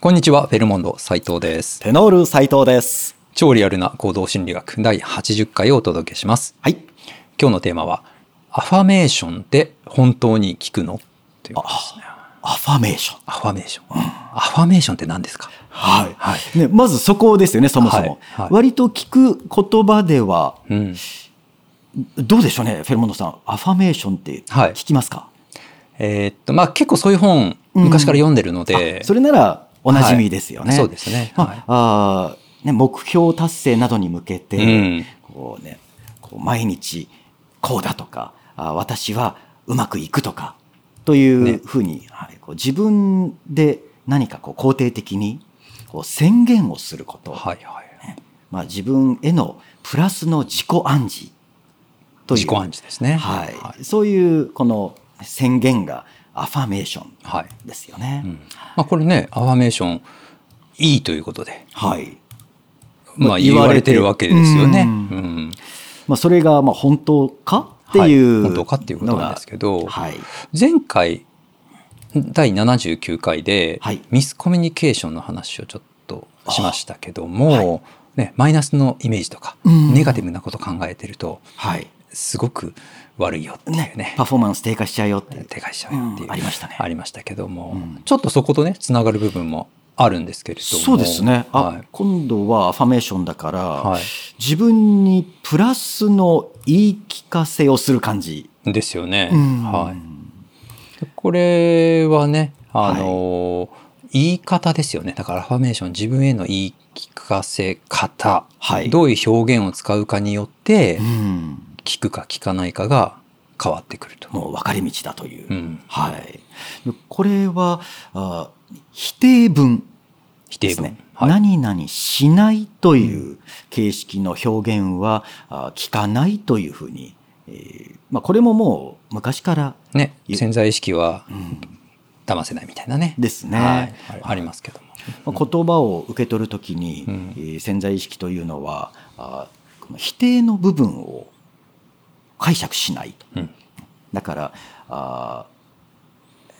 こんにちは、フェルモンド斉藤です。テノール斉藤です。超リアルな行動心理学第80回をお届けします。はい。今日のテーマは、アファメーションって本当に効くのということですね。アファメーション。アファメーション。アファメーションって何ですかはい。ね、まずそこですよね、そもそも。はいはい割と聞く言葉では、うん。どうでしょうね、フェルモンドさん。アファメーションってはい聞きますか、えーっと、まあ結構そういう本、うん昔から読んでるので、あそれならおなじみですよね。はいそうですねまあはいあーね、目標達成などに向けて、うんこうね、こう毎日こうだとか、あー私はうまくいくとか、といねうふうに、はい、こう自分で何かこう肯定的にこう宣言をすること、はいはい。まあ、自分へのプラスの自己暗示という自己暗示ですね。はいはい。そういうこの宣言がアファメーションはいですよね。うんまあこれね、アファメーション、いいということで、はいまあ言言わわれれててるわけですよね。ううんん。まあ、それがまあ本当かっていうはいのが、本当かっていうことなんですけどはい、前回第79回で、はいミスコミュニケーションの話をちょっとしましたけども、あはね、マイナスのイメージとか、うんネガティブなこと考えてるとはいすごく悪いよっていうねねパフォーマンス低下しちゃうよっていう手返しちゃうよっていう、うんありましたねありましたけども、うんちょっとそことねつながる部分もあるんですけれどもそうですねあ、はい今度はアファメーションだから、はい自分にプラスの言い聞かせをする感じ、ですよね。うんはい、これはね、あの言い方ですよね。だからアファメーション自分への言い聞かせ方、はいどういう表現を使うかによってうん聞くか聞かないかが変わってくると。もう分かれ道だという、うん、はい、でこれはあ否定文否で定す文、ね、はい、何々しないという形式の表現は、あ聞かないというふうに、えーまあ、これももう昔から、ねい潜在意識はうん騙せないみたいなね。ですね、はい、ありありますけども。まあ言葉を受け取るときに、うんえー潜在意識というのはあこの否定の部分を解釈しないとうん、だからあ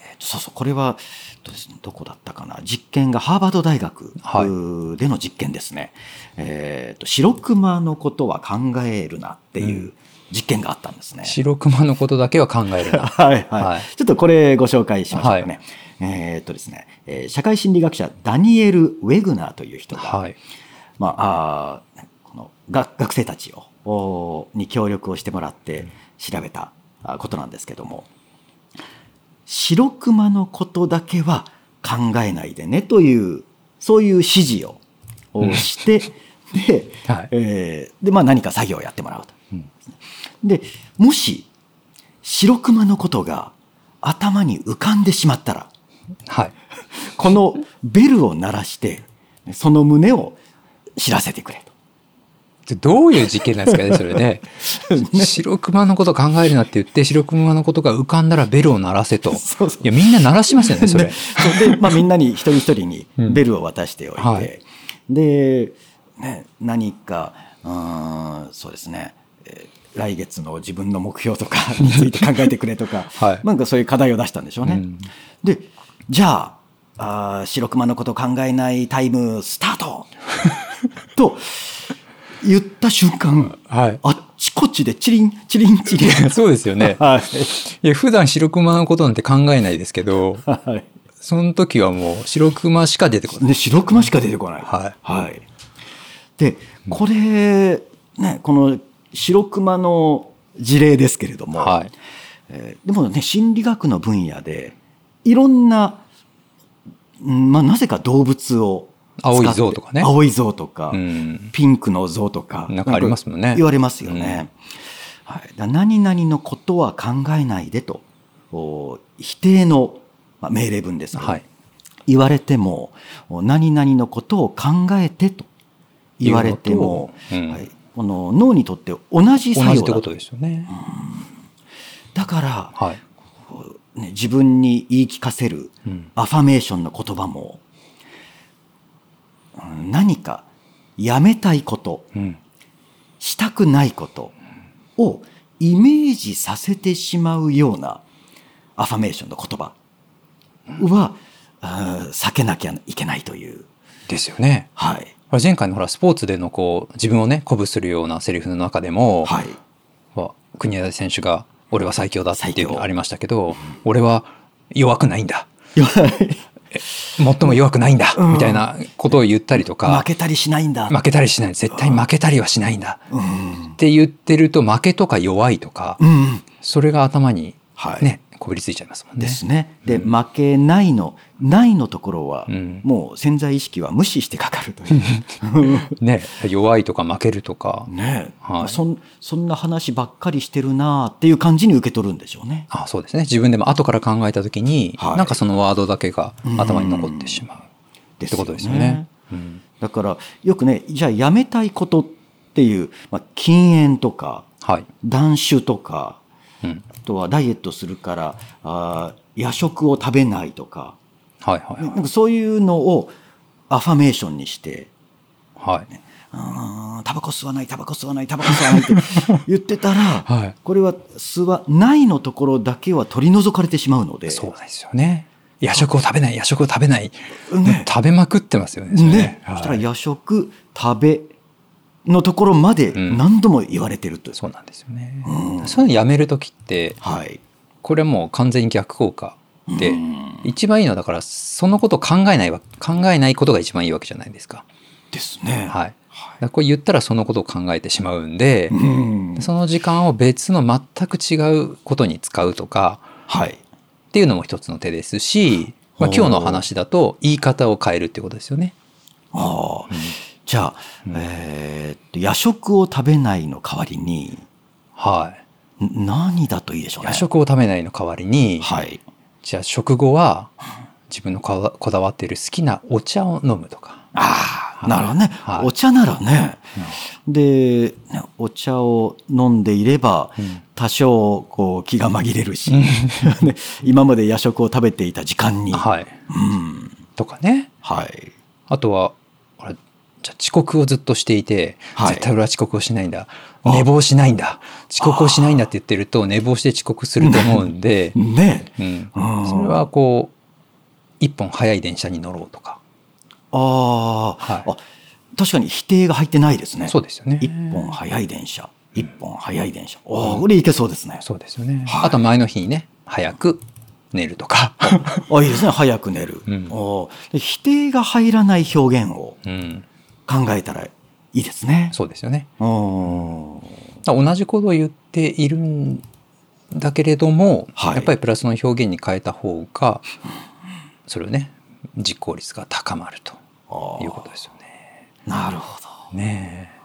ー、えーとそうそうこれはどうですどこだったかな実験がハーバード大学はいうーでの実験ですね、えー、と白熊のことは考えるなっていうう実験があったんですね。白熊のことだけは考える な。はいはいはいちょっとこれご紹介しましょうかね。えーっとですね、えー社会心理学者ダニエル・ウェグナーという人が、はい。まあ、あーこの学学生たちをおーに協力をしてもらって調べたあーことなんですけども白熊のことだけは考えないでねというそういう指示をうおんーしてで,、 はいえーでまあ、何か作業をやってもらうと。うんでもし白熊のことが頭に浮かんでしまったらはい。このベルを鳴らしてその胸を知らせてくれと。でどういう実験なんですかね、それ ね。白熊のこと考えるなって言って、白熊のことが浮かんだらベルを鳴らせと。そうそういや、みんな鳴らしますよね、 それ。ででまあ、みんなに一人一人にうんベルを渡しておいて、はいで、ね、何かうーんそうですねえー来月の自分の目 標とかについて考えてくれとか、はいなんかそういう課題を出したんでしょうね。うんでじゃああー白熊のこと考えないタイムスタ ートと言った瞬間はい。あっちこっちでチリンチリンチ リン。そうですよね。はいいや、普段白熊のことなんて考えないですけど、はいその時はもう白熊しか出てこない。ね、白熊しか出てこない。はいで、これ、ね、この白熊の事例ですけれども、はい。えーでもね、心理学の分野で、いろんな、んまあ、なぜか動物を使っ青てい象とかね青い象とか、うん。ピンクの像とか、なんかありますもんね言われますよね。はい、だから何々のことは考えないでと、お否定の、まあ、命令文ですけど、はい言われても、お何々のことを考えてと言われても、言うのとうんはい、この脳にとって同じ作同用じってだことですよね。だから、はい。こうね、自分に言い聞かせるうんアファメーションの言葉も、うん何かやめたいこと、うん。したくないことをイメージさせてしまうようなアファメーションの言葉はうん避けなきゃいけないという。ですよね。はい。これ前回のほらスポーツでのこう自分をね鼓舞するようなセリフの中でも、はい。は国枝選手が「俺は最強だ」ってい最うの強がありましたけど「俺は弱くないんだ」 はい最も弱くないんだ、うんみたいなことを言ったりと 負か、けたりしないんだ。負けたりしない、絶対負けたりはしないんだっうん。て言ってると、負けとか弱いとか、うん。それが頭にはい。ね、こびりついちゃいますもんね。ですね。で、うん負けないの、ないのところは、うんもう潜在意識は無視してかかると いう。ね、弱いとか負けるとか、ねえ、はいそんそんな話ばっかりしてるなあっていう感じに受け取るんでしょうね。あそうですね。自分でも後から考えたときに、はいなんかそのワードだけが頭に残ってしまう。でってことですよね。うんだからよくねじゃあやめたいことっていう、まあ、禁煙とかはい。断酒とかうん。あとはダイエットするからあー夜食を食べないとかはいはいねはなんかそういうのをアファメーションにして。い。はい。うーんタバコ吸わないタバコ吸わないタバコ吸わないって 言ってたら、はいこれは吸わないのところだけは取り除かれてしまうのでそうですよね。夜食を食べない、夜食を食べない。ね食べまくってますよね。それね、はいそしたら夜食食べのところまでん何度も言われてると、そうなんですよね。うんそういうのやめるときって、はいこれはもう完全に逆効果で、うん一番いいのはだから、そのことを考えないわ、考えないことが一番いいわけじゃないですか。ですねはい。だかはらこれ言ったらそのことを考えてしまうんでい、、うんその時間を別の全く違うことに使うとかはいっていうのも一つの手ですし、まあ、ほう今日の話だと言い方を変えるってことですよね。ああ、じゃあ、えーっと夜食を食べないの代わりにはい。ん何だといいでしょうね夜食を食べないの代わりに、はいじゃあ食後は自分のこだこだわっている好きなお茶を飲むとか。あはあ、いなるほどね、はいお茶ならね。で、ねお茶を飲んでいれば、うん多少こう気が紛れるし、 ね今まで夜食を食べていた時間に。はい。うん。とかね。はい。あとは、あれじゃあ遅刻をずっとしていて、はい絶対俺は遅刻をしないんだ。あ、寝坊しないんだ。遅刻をしないんだって言ってると、寝坊して遅刻すると思うんでねうん、うんそれはこう、一本早い電車に乗ろうとか。あー、はいあ、確かに否定が入ってないですね。そうですよね。一本早い電車。一本早い電車。おお、これいけそうですね。そうですよね。はいあと前の日にね、早く寝るとか。あ、いいですね。早く寝る。うんおーで否定が入らない表現をうん、考えたらいいですね。そうですよね。おーだから同じことを言っているんだけれども、はいやっぱりプラスの表現に変えた方がそれをね実行率が高まるとあーいうことですよね。なるほど。ねえ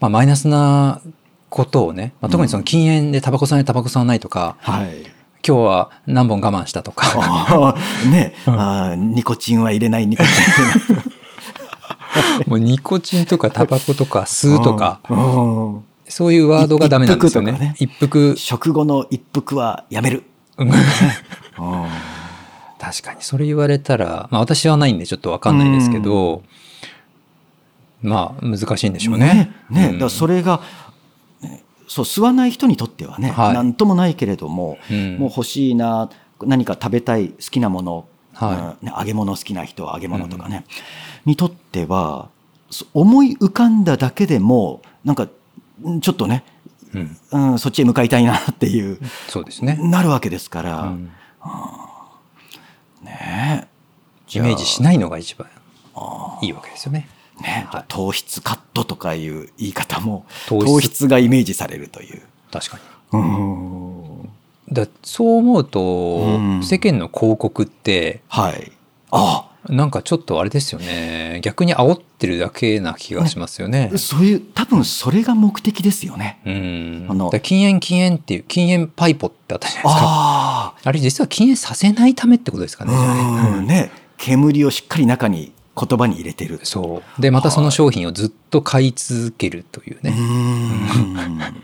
まあ、マイナスなことをね、まあ、特にその禁煙でタバコ吸わないタバコ吸わないとか、はい。今日は何本我慢したとかあー ね、あーニコチンは入れない、ニコチンは入 れない。もうニコチンとかタバコとか吸うとか、うん。うんそういうワードがダメなんですよね。一一服,、食後の一服はやめる。うんうん確かにそれ言われたら、まあ、私はないんでちょっとわかんないですけど、まあ難しいんでしょうね。ね、うんだからそれが、ねそう、吸わない人にとってはね、はいなんともないけれども、うんもう欲しいな、何か食べたい、好きなもの、はうんね揚げ物好きな人は揚げ物とかね、にとっては、そう思い浮かんだだけでも、なんか、んちょっとね、うんうん、そっちへ向かいたいなっていう、そうですね、なるわけですから、うんねイメージしないのが一番いいわけですよね。ね、糖質カットとかいう言い方も糖糖質質がイメージされるという。確かに。うんだそう思うと、うん世間の広告ってはい。あなんかちょっとあれですよね逆に煽ってるだけな気がしますよね。あ、そういう、多分それが目的ですよね。うん、あのだから禁煙禁煙っていう禁煙パイポってあったじゃないですか。ああれ実は禁煙させないためってことですかね。じゃあねあ、うん、ね。煙をしっかり中に、言葉に入れてる。そう。で、またその商品をずっと買い続けるといううね。ん。ある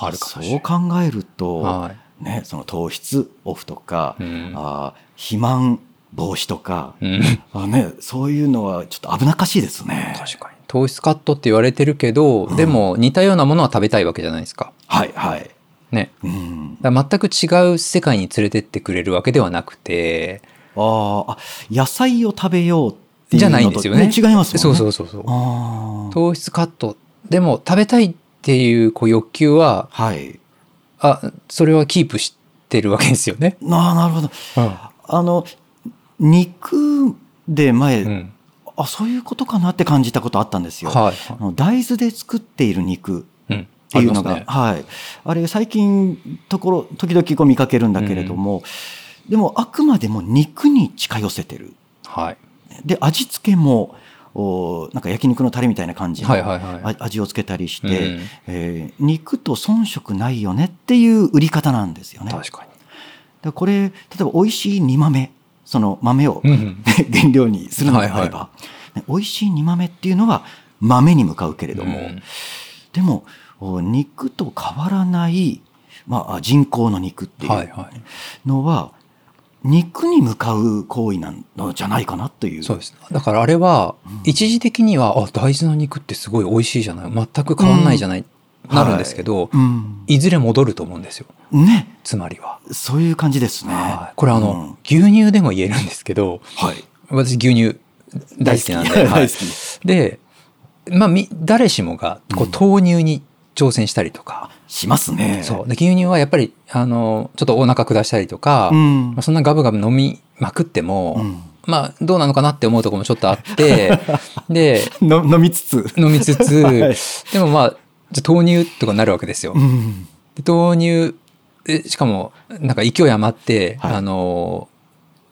かもしそれう考えると、はね、その糖質オフとか、うんあー肥満防止とか、ない。うん。あね、そういうのはちょっと危なっかしいですね。確かに。糖質カットって言われてるけど、でも似たようなものは食べたいわけじゃないですか。はいはい。ね。うん。だから全く違う世界に連れてってくれるわけではなくて、あーあ野菜を食べようっていうのとじゃないんですよね。違いますもんそうね。そううそうそう。あー糖質カットでも食べたいっていうこう欲求ははい。あそれはキープしてるわけですよね。ななるほど。うんあの肉で前、うんあそういうことかなって感じたことあったんですよ。はいあの大豆で作っている肉うん、っっていうのが、はい、あれ最近ところ時々こう見かけるんだけれども、でもあくまでも肉に近寄せてるはいで味付けもおなんか焼肉のタレみたいな感じのはいはいはいあ味をつけたりして、うんえー肉と遜色ないよねっていう売り方なんですよね。確かでこれ例えば美味しい煮豆その豆をに、うん、 原料にするのであはれいば、ね美味しい煮豆っていうのは豆に向かうけれども、うんでもお肉と変わらない、まあ、人工の肉っていはいうはいのは、肉に向かう行為なんのじゃないかなというそうですだからあれは一時的には、あ大豆の肉ってすごい美味しいじゃない全く変わんないじゃない、うんなるんですけど、うん、い、ずれ戻ると思うんですよねつまりは。そういう感じですね。はいこれあの、うん牛乳でも言えるんですけどはい、私牛乳大好きなんで。大好きはい大好きで、まあ、み誰しもがこう豆乳に挑戦したりとか、 しますね。そうで牛乳はやっぱりあのちょっとお腹下したりとか、うんまあそんなガブガブ飲みまくっても、うんまあどうなのかなって思うところもちょっとあってでの飲みつつ、飲みつつ、はいでもまあじゃあ豆乳とかになるわけですよ。うんで豆乳えしかもなんか勢い余って、はいあの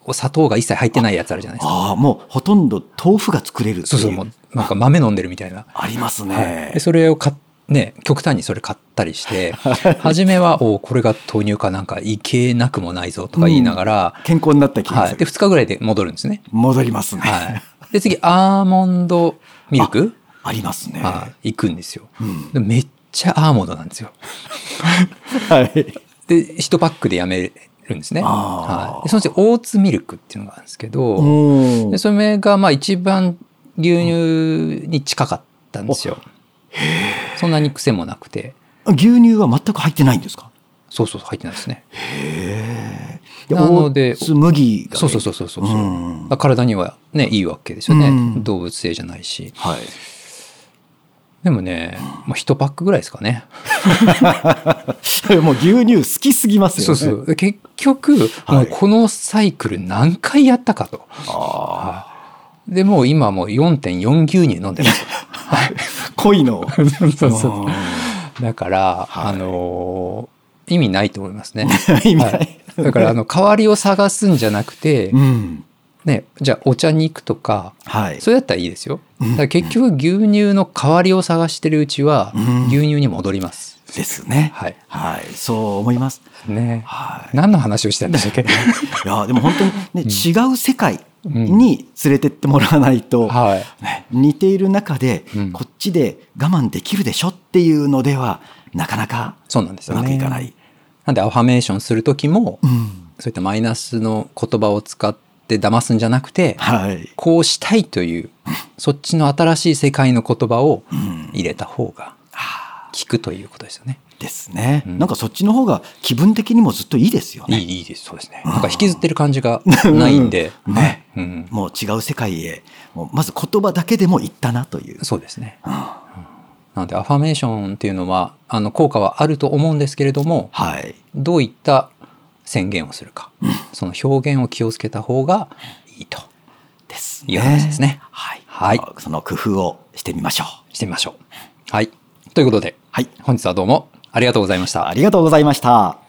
お砂糖が一切入ってないやつあるじゃないですか。ああもうほとんど豆腐が作れるってそうそういもううなんか豆飲んでるみたいな。ありますはいねで。それを買っね、極端にそれ買ったりして、初めは、おこれが豆乳かなんかいけなくもないぞとか言いながら、健康になった気がはすい。で、る。 2日ぐらいで戻るんですね。戻りますね。はい。で、次、アーモンドミルク、ありますね。はい、行くんですよ。うんでめっちゃアーモンドなんですよ。はい。で、1パックでやめるんですね。あはーい。で、その次、オーツミルクっていうのがあるんですけど、おでーそれが、まあ、一番牛乳に近かったんですよ。そんなに癖もなくて。牛乳は全く入ってないんですかそうそうそう、入ってないですね。へえ。なのでオーツ麦がね。そうそうそうそうそう。うんだから体にはね、いいわけですよね。うん動物性じゃないし。はい。 でもね、まあ、1パックぐらいですかね。もう牛乳好きすぎますよね。そうそう。で結局、はいもうこのサイクル何回やったかと。あで、もう今もう4.4牛乳飲んでます。 あ。濃いの。 そうそうそううんだから、はいあのー意味ないと思いますね。 意味ない。はいだから、あの、代わりを探すんじゃなくて、うん。ね、じゃあお茶に行くとか、はい。それだったらいいですよ。うんだから結局牛乳の代わりを探してるうちはうん牛乳に戻ります。ですね。はい。はい。そう思います。ね。はい。何の話をしてたんで したっいやでも本当にね、違う世界に連れてってもらわないと、けはい。ね似ている中で、うんこっちで我慢できるでしょっていうのではなかなかそうなんですうよね。まくいかない。。なんでアファメーションする時も、うんそういったマイナスの言葉を使って騙すんじゃなくて、はい。こうしたいという、そっちの新しい世界の言葉をうん入れた方があ聞くということですよね。ーですね、うんなんかそっちの方が気分的にもずっといいですよいね。。い、いいです。そうですね。なんか引きずってる感じがないんでねはいうん。もう違う世界へ、もうまず言葉だけでも行ったなという。そうですね。うんなのでアファメーションっていうのはあの効果はあると思うんですけれどもはい。どういった宣言をするか、その表現を気をつけた方がいいとですいう話ですねはい。はいその工夫をしてみましょう。してみましょう。はい、ということではい。本日はどうもありがとうございました。ありがとうございました。